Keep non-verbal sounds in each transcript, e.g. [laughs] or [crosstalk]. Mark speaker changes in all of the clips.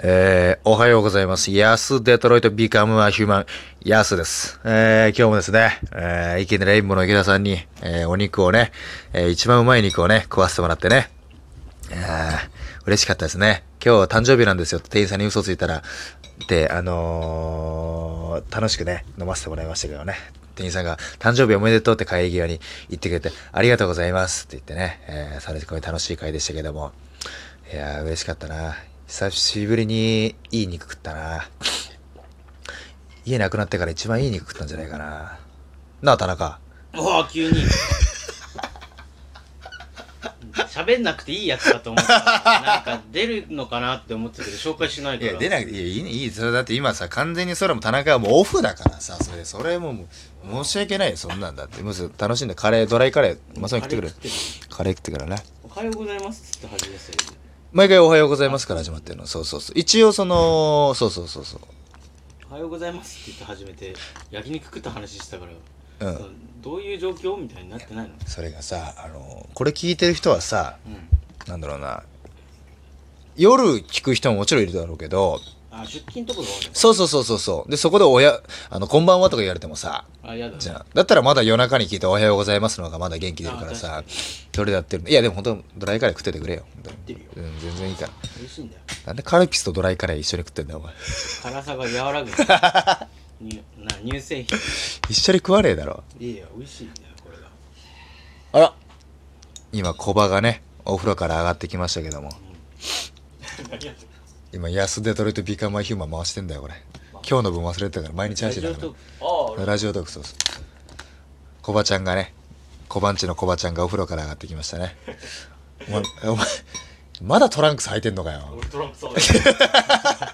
Speaker 1: えー、おはようございます。ヤスデトロイトビカムアヒューマン、ヤスです。えー、今日もですね、えー、いきなりレインボーの池田さんに、えー、お肉をね、えー、一番うまい肉をね、食わせてもらってね、えー、嬉しかったですね。今日誕生日なんですよって店員さんに嘘ついたら、で、あのー、楽しくね、飲ませてもらいましたけどね。店員さんが、誕生日おめでとうって会議際に言ってくれて、ありがとうございますって言ってね、えー、それでこういう楽しい会でしたけども、いやー、嬉しかったな。久しぶりにいい肉食ったな。家なくなってから一番いい肉食ったんじゃないかな。なあ、田中。
Speaker 2: おお、急に。喋んなくていいやつだと思ってたなんか出るのかなって思ってたけど紹介しない
Speaker 1: い
Speaker 2: から
Speaker 1: や、出なくて、いや、いいね、いい、それだって今さ、完全にそれも田中はもうオフだからさ、それ、それもう、申し訳ないよ、そんなんだって。むしろ楽しんで、カレー、ドライカレー、まさに食ってくる
Speaker 2: カ。レー食って
Speaker 1: カレー食ってからね。
Speaker 2: おはようございますっつって始めてたよね
Speaker 1: 毎回おはようございますから始まってるの。そうそうそう。一応その、そうそうそうそう。
Speaker 2: おはようございますって言って始めて焼肉食った話したから、
Speaker 1: うん
Speaker 2: そのどういう状況みたいになってないの
Speaker 1: それがさ、あの、これ聞いてる人はさ、
Speaker 2: うん
Speaker 1: なんだろうな、夜聞く人ももちろんいるだろうけど、
Speaker 2: あ出勤とかが多い
Speaker 1: そうそうそうそうそう。で、そこで親、あの、こんばんはとか言われてもさ、
Speaker 2: のあやだ
Speaker 1: じゃあ、だったらまだ夜中に聞いておはようございますの方がまだ元気出るから
Speaker 2: あ
Speaker 1: さ、どれだってるいや、でも本当ドライカレー食っててくれよ。本当に
Speaker 2: ってるよ
Speaker 1: うん、全然いいから。
Speaker 2: 美味しいんだよ
Speaker 1: なんでカルピスとドライカレー一緒に食ってんだよ、お前。 [laughs]
Speaker 2: 辛さが和らぐにな乳製品
Speaker 1: 一緒に食わねえだろ。
Speaker 2: いいや美味しいんだよこれが
Speaker 1: あら今、小バがね、お風呂から上がってきましたけども。今、安デトロイトビカマイヒューマン回してんだよ、これ。今日の分忘れてたから、毎日
Speaker 2: ラ
Speaker 1: 走
Speaker 2: ジ
Speaker 1: る
Speaker 2: オ
Speaker 1: んだ
Speaker 2: トークああ
Speaker 1: ラジオトークそうそう。コバちゃんがね、コバんちのコバちゃんがお風呂から上がってきましたね。お前、お前、まだトランクス履いてんのかよ。
Speaker 2: 俺トランク
Speaker 1: [laughs]
Speaker 2: そうだよ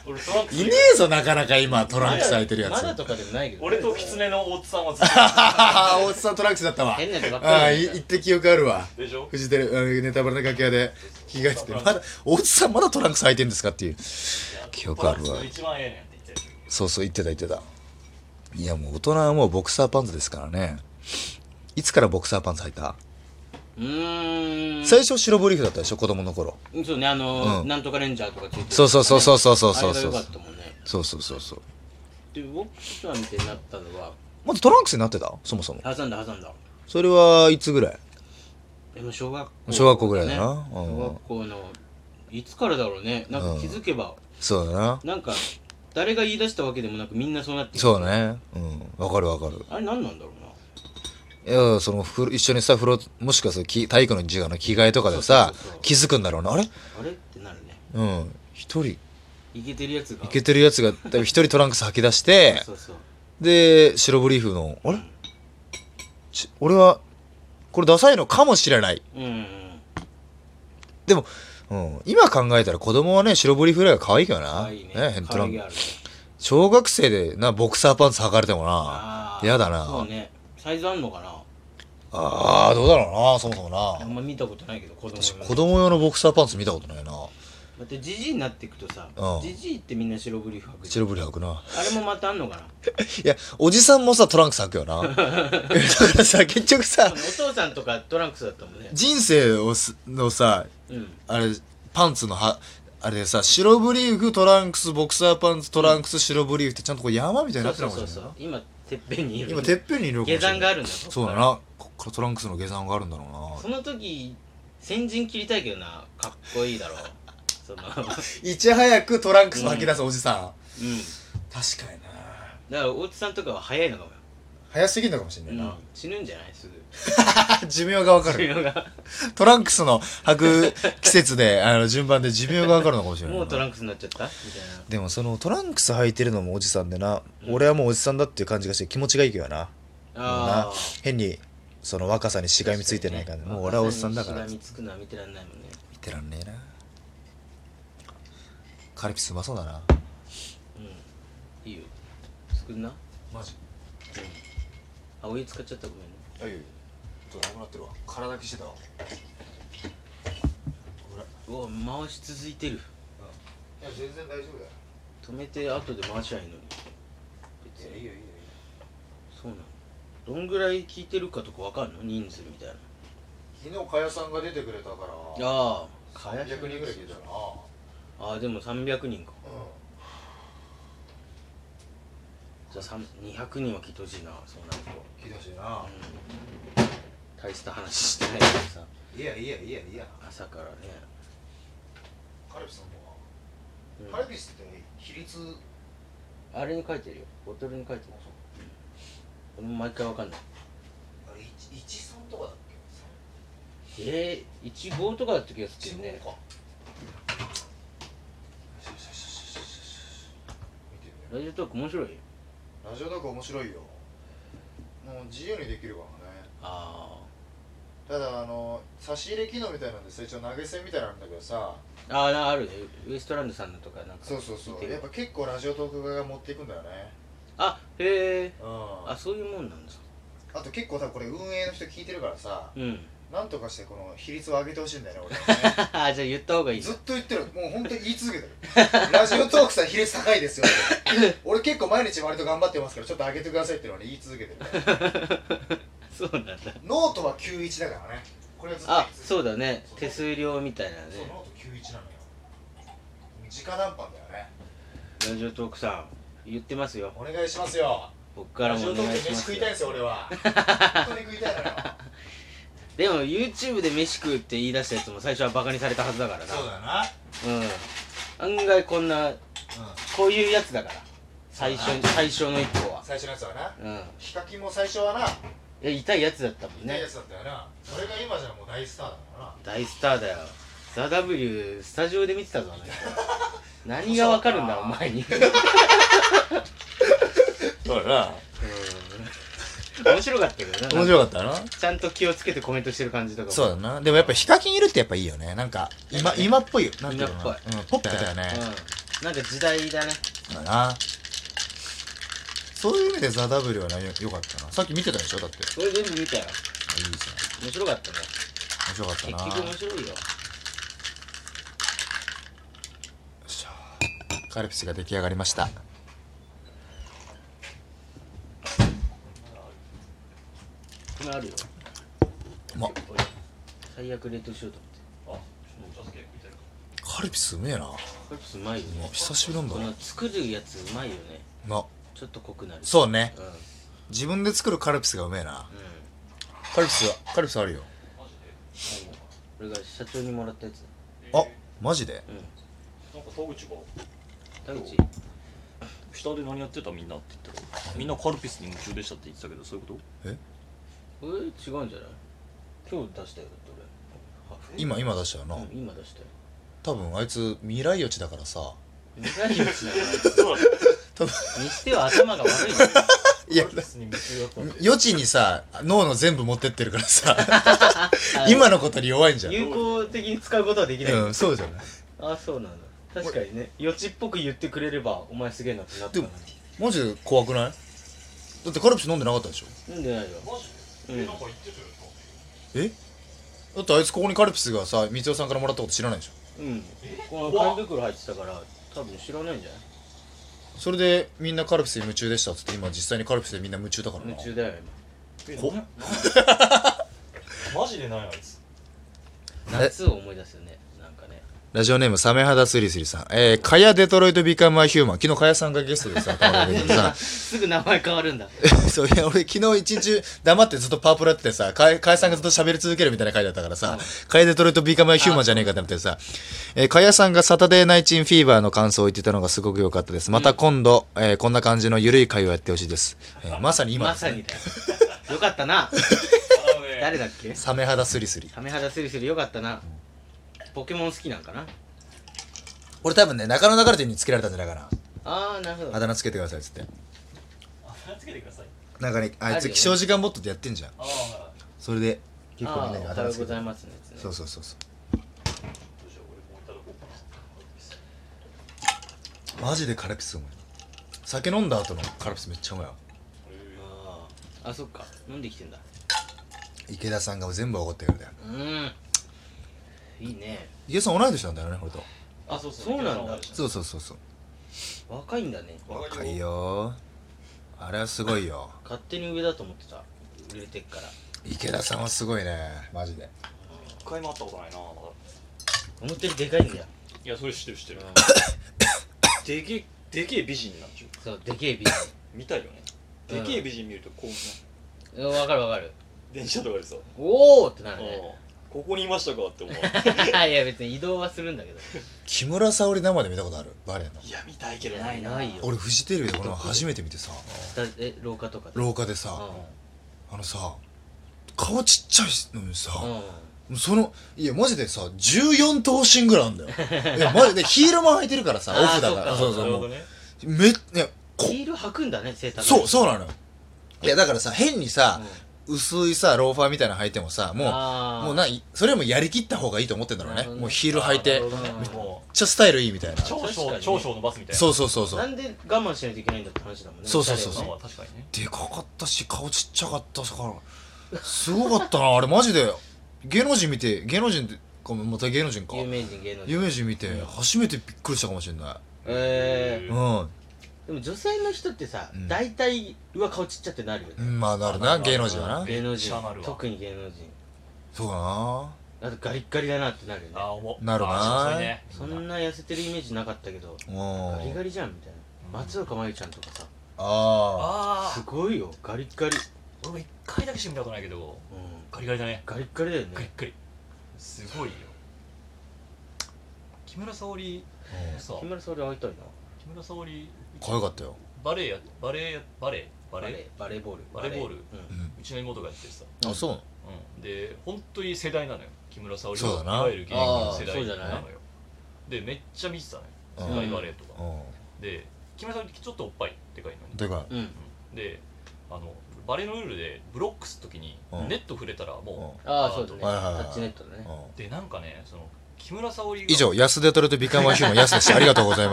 Speaker 2: 俺トランク
Speaker 1: いねえぞ、なかなか今、トランクス履いてるや
Speaker 2: ま
Speaker 1: つ。
Speaker 2: だ
Speaker 1: あ
Speaker 2: とかでもないけど
Speaker 3: 俺と狐の大津さんはずっ
Speaker 1: [laughs] あ、大津さんトランクスだったわ。
Speaker 2: 変なやつばっかりだ
Speaker 1: ああ、い行って記憶あるわ。
Speaker 3: とでしょ
Speaker 1: フジテレうんネタバレの楽屋で着替えてて、まだ、大津さんまだトランクス履いてんですかっていう。記憶あるわ。
Speaker 3: 一番ええねんって言ってる
Speaker 1: そうそう、言ってた言ってた。いや、もう大人はもうボクサーパンツですからね。いつからボクサーパンツ履いた
Speaker 2: うーん
Speaker 1: 最初白ブリーフだったでしょ子供の頃
Speaker 2: そうねあの、
Speaker 1: うん
Speaker 2: なんとかレンジャーとかついてる
Speaker 1: そうそうそうそうそうそうそう
Speaker 2: あれが
Speaker 1: そう
Speaker 2: 良かったもんね
Speaker 1: そうそうそうそう
Speaker 2: で僕とはみたいになったのは
Speaker 1: まずトランクスになってたそもそも
Speaker 2: 挟んだ挟んだ
Speaker 1: それはいつぐらい
Speaker 2: でも小学校
Speaker 1: 小学校ぐらいだな
Speaker 2: ね
Speaker 1: うん
Speaker 2: 小学校のいつからだろうねなんか気づけば、
Speaker 1: そうだな
Speaker 2: なんか誰が言い出したわけでもなくみんなそうなって
Speaker 1: そううねうんわかるわかる
Speaker 2: あれ何なんだろうない
Speaker 1: やそのふ一緒にさ風呂もしくはそのき体育の授業の着替えとかでさ
Speaker 2: そうそうそうそう
Speaker 1: 気づくんだろうなあれ
Speaker 2: あれってなるね
Speaker 1: うん一人
Speaker 2: いけてるやつが
Speaker 1: いけてるやつが多分一人トランクス吐き出して
Speaker 2: そうそう
Speaker 1: で白ブリーフのあれち俺はこれダサいのかもしれない
Speaker 2: うんうんうん
Speaker 1: でも、うん、今考えたら子供はね、白ブリーフぐらいが可愛いけど
Speaker 2: か
Speaker 1: な。
Speaker 2: わいいね
Speaker 1: ヘントラ
Speaker 2: 可愛い
Speaker 1: ン。
Speaker 2: ある
Speaker 1: 小学生でな、ボクサーパンツ履かれてもな
Speaker 2: あ。ー
Speaker 1: 嫌だな。
Speaker 2: そうねサイズあんのかな
Speaker 1: ああ、どうだろうな、そもそも
Speaker 2: あ
Speaker 1: な。
Speaker 2: んま見たことないけど子供
Speaker 1: 私、
Speaker 2: 用の
Speaker 1: 子供用のボクサーパンツ見たことないな。
Speaker 2: だってジジイになっていくとさ
Speaker 1: うん
Speaker 2: ジジイってみんな白ブリーフ履くじゃ
Speaker 1: 白
Speaker 2: ん
Speaker 1: ブリーフ履くな。
Speaker 2: あれもまたあんのかない
Speaker 1: や、おじさんもさ、トランクス履くよ
Speaker 2: [laughs]
Speaker 1: な。だからさ、結局
Speaker 2: お
Speaker 1: さ、
Speaker 2: 父さんとかトランクスだったも
Speaker 1: [laughs]
Speaker 2: んね
Speaker 1: 人生をすのさ、
Speaker 2: うん
Speaker 1: あれ、パンツのは、あれでさ、白ブリーフ、トランクス、ボクサーパンツ、トランクス、白ブリーフってちゃんとこう山みたいに
Speaker 2: そ
Speaker 1: なってた
Speaker 2: うそう
Speaker 1: かもし
Speaker 2: そ
Speaker 1: れ
Speaker 2: う
Speaker 1: ないな
Speaker 2: そう。今てっぺんにいる
Speaker 1: 今てっぺんにいるのかもしれ
Speaker 2: 下
Speaker 1: ない
Speaker 2: 山があるんだここ
Speaker 1: そうだなこっからトランクスの下山があるんだろう
Speaker 2: そ
Speaker 1: な
Speaker 2: の時先陣切りたいけどなかっこいい
Speaker 1: [laughs]
Speaker 2: だろうそのう
Speaker 1: いち早くトランクス履き出すおじさ
Speaker 2: ん
Speaker 1: ん、確かにな
Speaker 2: だから大津さんとかは早いのかもよ
Speaker 1: 早すぎんのかもしれな
Speaker 2: う
Speaker 1: い
Speaker 2: ん
Speaker 1: な、
Speaker 2: 死ぬんじゃないすぐ
Speaker 1: 寿命がわか
Speaker 2: 寿
Speaker 1: る
Speaker 2: 命が
Speaker 1: トランクスの履く季節で [laughs] あの順番で寿命がわかるのかもしれないな
Speaker 2: もうトランクスになっちゃったみたいな
Speaker 1: でもそのトランクス履いてるのもおじさんでな、俺はもうおじさんだっていう感じがして気持ちがいいけどな
Speaker 2: あ
Speaker 1: な
Speaker 2: あ
Speaker 1: 変にその若さにしがみついてない感じ、もう俺はおじさんだから
Speaker 2: しが
Speaker 1: 見
Speaker 2: みつくのは見てらんないもんね
Speaker 1: てらんねえなカルピスうまそうだない
Speaker 2: いよ作んな
Speaker 1: マジ
Speaker 2: あお湯使っちゃったごめんね
Speaker 1: あいやいやちょっとなくなってるわ体だけしてたわほらいう
Speaker 2: わ回し続いてる
Speaker 1: や全然大丈夫だよ
Speaker 2: 止めて後で回しゃいいのに別
Speaker 1: い
Speaker 2: に
Speaker 1: いよいいよ
Speaker 2: そうなのどんぐらい聞いてるかとかわかんの人数みたいな
Speaker 1: 昨日かやさんが出てくれたから
Speaker 2: ああ
Speaker 1: 300人ぐらい聞いたな
Speaker 2: あでも300人
Speaker 4: う
Speaker 2: かじゃあ3 200人は聞いてほしいなそうなる
Speaker 4: ん聞いてほしいな
Speaker 2: と、うん、大した話してないけどさ
Speaker 4: いやいやいやいや
Speaker 2: 朝からね
Speaker 4: カルピスの方は、
Speaker 2: うん
Speaker 4: カルピスって比率も
Speaker 2: あれに書いてるよボトルに書いてる
Speaker 4: そう
Speaker 2: 俺も毎回わかんない
Speaker 4: あれ1 13とかだっけ
Speaker 2: えー、15とかだった気がす
Speaker 4: 1
Speaker 2: るけどね
Speaker 4: かよしよしよしよしよしよし見てるね
Speaker 2: ラジオトーク面白いよ
Speaker 4: ラジオトーク面白いよもう自由にできるからね
Speaker 2: あ
Speaker 4: ただあの差し入れ機能みたいなんで成長投げ銭みたいなのあるんだけどさ
Speaker 2: ーあーなあるねウエストランドさんのとかなんか
Speaker 4: そうそうそ
Speaker 2: 聞いうてる
Speaker 4: やっぱ結構ラジオトーク側が持っていくんだよね
Speaker 2: あへえ
Speaker 4: うん
Speaker 2: あ
Speaker 4: あ
Speaker 2: そういうもんなんだ
Speaker 4: と結構多分これ運営の人聞いてるからさ
Speaker 2: うん
Speaker 4: なんとかしてこの比率を上げてほしいんだよね俺はね
Speaker 2: [laughs] あじゃあ言った方がいい
Speaker 4: ずっ
Speaker 2: な
Speaker 4: と言ってるもう本当に言い続けてるラジオトークさん比率高いですよって俺結構毎日割と頑張ってますからちょっと上げてくださいっていうのに言い続けてる
Speaker 2: そうなんだ
Speaker 4: ノートは91だからねこれはずっと言い
Speaker 2: あ
Speaker 4: 続けてる
Speaker 2: そうだね手数料みたいなね
Speaker 4: そうノート91なのよ直談判だよね
Speaker 2: ラジオトークさん言ってますよ
Speaker 4: お願いしますよ
Speaker 2: 僕からもお願いし
Speaker 4: 飯
Speaker 2: ます
Speaker 4: 食い
Speaker 2: よ
Speaker 4: たいんですよ俺
Speaker 2: [laughs]
Speaker 4: は本当に食いたいのよ
Speaker 2: でも YouTube で飯食うって言い出したやつも最初はバカにされたはずだからな
Speaker 4: そうだよな
Speaker 2: うん案外こんな
Speaker 4: うん
Speaker 2: こういうやつだから最初に最初の一歩は
Speaker 4: 最初のやつはな
Speaker 2: うんい
Speaker 4: ヒカキンも最初はな
Speaker 2: や痛いやつだったもん
Speaker 4: 痛い
Speaker 2: ね
Speaker 4: やつだったよなそれが今じゃもう大スターだからな
Speaker 2: 大スターだよ「ザ・ w スタジオで見てたぞあの人何がわかるんだお前 [laughs] に
Speaker 1: そうだ
Speaker 2: うん面白かったけどな
Speaker 1: 面白かったな
Speaker 2: ちゃんと気をつけてコメントしてる感じとかも
Speaker 1: そうだなでもやっぱヒカキンいるってやっぱいいよねなんか今今っぽいよなんていうのかな
Speaker 2: 今っ
Speaker 1: うん、ポップだよね、
Speaker 2: うんなんか時代だね
Speaker 1: だなそういう意味でザ・ W はなよよかったなさっき見てたでしょだっていい
Speaker 2: これ全部見たよ
Speaker 1: じ
Speaker 2: 面白かったね
Speaker 1: ゃん面
Speaker 2: 結
Speaker 1: 白かったな
Speaker 2: 局面
Speaker 1: よ
Speaker 2: 白いよ
Speaker 1: っしゃカルピスが出来上がりました
Speaker 2: これあるよ
Speaker 1: うまっ
Speaker 2: これ最悪冷凍しようと思って
Speaker 3: ちょっと結構いてるか
Speaker 1: カルピスうめえなも
Speaker 2: これちょっとうまいよね
Speaker 1: う久しぶりなんだ
Speaker 2: こ
Speaker 1: な
Speaker 2: の作るやつうまいよね
Speaker 1: ま
Speaker 2: ちょっと濃くなる
Speaker 1: そうね
Speaker 2: うんうん
Speaker 1: 自分で作るカルピスがうめえなカルピスカルピスあるよ
Speaker 2: これが社長にもらったやつ
Speaker 1: あマジで
Speaker 2: うん
Speaker 3: なんか田口が
Speaker 2: 田口
Speaker 3: 下で何やってたみんなって言ったらみんなカルピスに夢中でしたって言ってたけどそういうこ
Speaker 2: これ違うんじゃない今日出したよだって俺
Speaker 1: 今今出したよな、
Speaker 2: うん今出したよ
Speaker 1: 多分あいつ未来予知だからさ
Speaker 2: 何をしなが
Speaker 3: とそうだ
Speaker 2: らにしては頭が悪いない
Speaker 1: や
Speaker 3: カルピスに夢中だったんだ
Speaker 1: 予知にさ脳の全部持ってってるからさ今のことに弱いんじゃん
Speaker 2: 有効的に使うことはできない、
Speaker 1: うんそうじゃない
Speaker 2: あそうなんだ確かにね余地っぽく言ってくれればお前すげえなってなった
Speaker 1: で
Speaker 2: の
Speaker 1: もマジで怖くないだってカルピス飲んでなかったでしょ
Speaker 2: に飲んでないよ
Speaker 3: マジ
Speaker 2: う
Speaker 3: で
Speaker 2: ん
Speaker 3: えなんか言ってたよなんか
Speaker 1: えだってあいつここにカルピスがさ光代さんからもらったこと知らないでしょ
Speaker 2: うんこの紙袋入ってたから多分知らないんじゃない
Speaker 1: それでみんなカルピスに夢中でしたっつって今実際にカルピスでみんな夢中だからな
Speaker 2: 夢中だよ
Speaker 1: こ
Speaker 3: マジでないあいつ
Speaker 2: 今夏を思い出すよねなんかね
Speaker 1: ラジオネームサメ肌スリスリさんえー、かやデトロイトビカムアヒューマン昨日かやさんがゲストで [laughs] さたまに出てさ
Speaker 2: [laughs] すぐ名前変わるんだ
Speaker 1: [laughs] そういや俺昨日一日中黙ってずっとパープルやっててさかやかやさんがずっと喋り続けるみたいな回だったからさ、かやデトロイトビカムアヒューマンじゃねえかって思ってさ、えー、かやさんがサタデーナイチンフィーバーの感想を言ってたのがすごく良かったですまた今度、えーこんな感じのゆるい会をやってほしいです、えーまさに今
Speaker 2: ま
Speaker 1: ですね
Speaker 2: さにだよよかったな
Speaker 3: あのね
Speaker 2: 誰だっけ
Speaker 1: サメ肌スリスリ
Speaker 2: サメ肌スリスリよかったなポケモン好きなんかな
Speaker 1: 俺多分ね中野流れてにつけられたんじゃないかな
Speaker 2: ああなるほど
Speaker 1: あだ名つけてくださいっつって
Speaker 3: あ名前つけてください
Speaker 1: なんかね
Speaker 2: あ
Speaker 1: あ
Speaker 2: る
Speaker 1: い
Speaker 2: よ
Speaker 1: つ
Speaker 2: ね
Speaker 1: 起床時間ボットってやってんじゃん
Speaker 3: ああ
Speaker 1: それで結構
Speaker 2: あ
Speaker 1: みんな
Speaker 2: ー
Speaker 1: に
Speaker 2: お
Speaker 1: あ
Speaker 2: は
Speaker 1: だ
Speaker 2: よ
Speaker 1: 名
Speaker 2: う
Speaker 1: つけ
Speaker 2: ご
Speaker 1: て
Speaker 2: ざいますのやつね
Speaker 1: そうそうそうそ
Speaker 3: どうしよう俺もういただこうかな
Speaker 1: うマジでカルピスうまい酒飲んだ後のカルピスめっちゃうまいわ
Speaker 2: あーあそっか飲んできてんだ
Speaker 1: 池田さんが全部おごってくれたよ
Speaker 2: うんいいね
Speaker 1: 池田さん同い年なんだよね俺と
Speaker 2: あそうなんだ
Speaker 1: そうそうそうそう
Speaker 2: 若いんだね
Speaker 1: 若いよあれはすごいよ
Speaker 2: 勝手に上だと思ってた売れてっから
Speaker 1: 池田さんはすごいねマジで
Speaker 3: 一回も会ったことないなまだ
Speaker 2: 思ったよりでかいんだよ
Speaker 3: いやそれ知ってる知ってるでけえでけえ美人なんでしょ
Speaker 2: そうでけえビ
Speaker 3: 見たいよねでけえ美人見るとこう
Speaker 2: ー
Speaker 3: な
Speaker 2: ルうんわかるわかる
Speaker 3: 電車とかでさ
Speaker 2: おおってな
Speaker 3: あ
Speaker 2: るね
Speaker 3: あここにいましたかって思う
Speaker 2: [laughs] いや別に移動はするんだけど
Speaker 1: 木村沙織生で見たことあるバレエの
Speaker 3: いや見たいけど
Speaker 2: ないないよ
Speaker 1: 俺フジテレビでこの前初めて見てさ
Speaker 2: だえ廊下とかで
Speaker 1: 廊下で
Speaker 2: う
Speaker 1: さ
Speaker 2: ん
Speaker 1: あのさ顔ちっちゃいのにさ、
Speaker 2: うん
Speaker 1: そのいやマジでさ14頭身ぐらいあんだよいやマジでヒールも履いてるからさ
Speaker 2: あー
Speaker 1: オフだからそ
Speaker 2: そ
Speaker 1: ううそ
Speaker 2: か
Speaker 1: う
Speaker 3: なるほ
Speaker 1: も
Speaker 3: ど
Speaker 1: う
Speaker 3: ね
Speaker 1: めいやこ
Speaker 2: ヒール履くんだねセーター
Speaker 1: そう
Speaker 2: う
Speaker 1: そうなのよいやだからさ変にさ、薄いさローファーみたいなの履いてもさもうもう
Speaker 2: も
Speaker 1: ないそれもやりきった方がいいと思ってんだろう
Speaker 2: な
Speaker 1: ね
Speaker 2: るほどね
Speaker 1: もうヒール履いてめっ
Speaker 3: も
Speaker 1: ちゃスタイルいいみたいな
Speaker 3: う長
Speaker 2: 確かに
Speaker 3: 所
Speaker 2: ね
Speaker 3: 長所を伸ばすみたいな
Speaker 1: そうそうそうそう
Speaker 2: なんで我慢しないといけないんだって話だもんね
Speaker 1: そうそうそうそう
Speaker 2: おしゃれ
Speaker 3: ま
Speaker 2: は
Speaker 3: あ確かにね
Speaker 1: でかかったし顔ちっちゃかったからすごかったなあれマジで芸能人見て芸能人ってかまた芸能人か
Speaker 2: 有名人芸能人
Speaker 1: 有名人見て初めてびっくりしたかもしれな
Speaker 2: え
Speaker 1: い
Speaker 3: へ
Speaker 1: うん
Speaker 3: ー
Speaker 2: ー、でも女性の人ってさ、
Speaker 1: うん
Speaker 2: 大体うわ顔ちっちゃってなるよね、
Speaker 1: うんまあなる
Speaker 3: ま
Speaker 1: な
Speaker 3: あ
Speaker 1: 芸能人はな
Speaker 2: 芸能
Speaker 3: めっちゃ
Speaker 2: 人
Speaker 3: なるわ
Speaker 2: 特に芸能人
Speaker 1: そうだな
Speaker 2: あとガリッガリだなってなるよね
Speaker 3: ああ思う
Speaker 1: なるな
Speaker 3: あーそうね
Speaker 2: そんな痩せてるイメージなかったけどガリ
Speaker 1: う
Speaker 2: ガ
Speaker 1: ん
Speaker 2: リじゃんみたいな松岡真優ちゃんとかさ
Speaker 1: あ
Speaker 3: あ
Speaker 2: す
Speaker 3: あ
Speaker 2: ごいよガリッガリ、
Speaker 3: 俺も一回だけしか見たことないけど
Speaker 2: うん、
Speaker 3: ガリガリだね
Speaker 2: ガリッガリだよ
Speaker 3: ガリッ
Speaker 2: ね
Speaker 3: ガリすごいよ木村沙織
Speaker 1: あ
Speaker 3: さ
Speaker 2: 木村沙織会いたいな
Speaker 3: 木村沙織
Speaker 1: 可愛かったよ
Speaker 3: バレエやバレエやバレエバ
Speaker 2: バ
Speaker 3: レ
Speaker 2: レ
Speaker 3: エ
Speaker 2: ーバレーボール
Speaker 3: バレーボール
Speaker 2: うん
Speaker 1: う
Speaker 3: うちの妹がやっててさ、
Speaker 1: んあそうなの
Speaker 3: うん、で本当に世代なのよ木村沙織
Speaker 1: そうだない
Speaker 3: わゆる現役の世
Speaker 2: あーそ
Speaker 3: 代
Speaker 2: うじゃない
Speaker 3: なのよでめっちゃ見てたね
Speaker 1: うん
Speaker 3: 世代バレエとか、
Speaker 1: う
Speaker 3: で木村沙織ってちょっとおっぱいでかいの
Speaker 1: ん
Speaker 3: に、
Speaker 1: でか
Speaker 2: うん
Speaker 3: うんであのバレエのルールでブロックするときに
Speaker 1: うん
Speaker 3: ネット触れたら
Speaker 1: いうん
Speaker 3: もう、
Speaker 2: ああそうだねタ
Speaker 1: はいはいはい
Speaker 2: ッチネットだね
Speaker 1: うん
Speaker 3: でなんかねその木村沙織が
Speaker 1: 以上安デトロイト美観はヒューマン安でしたありがとうございました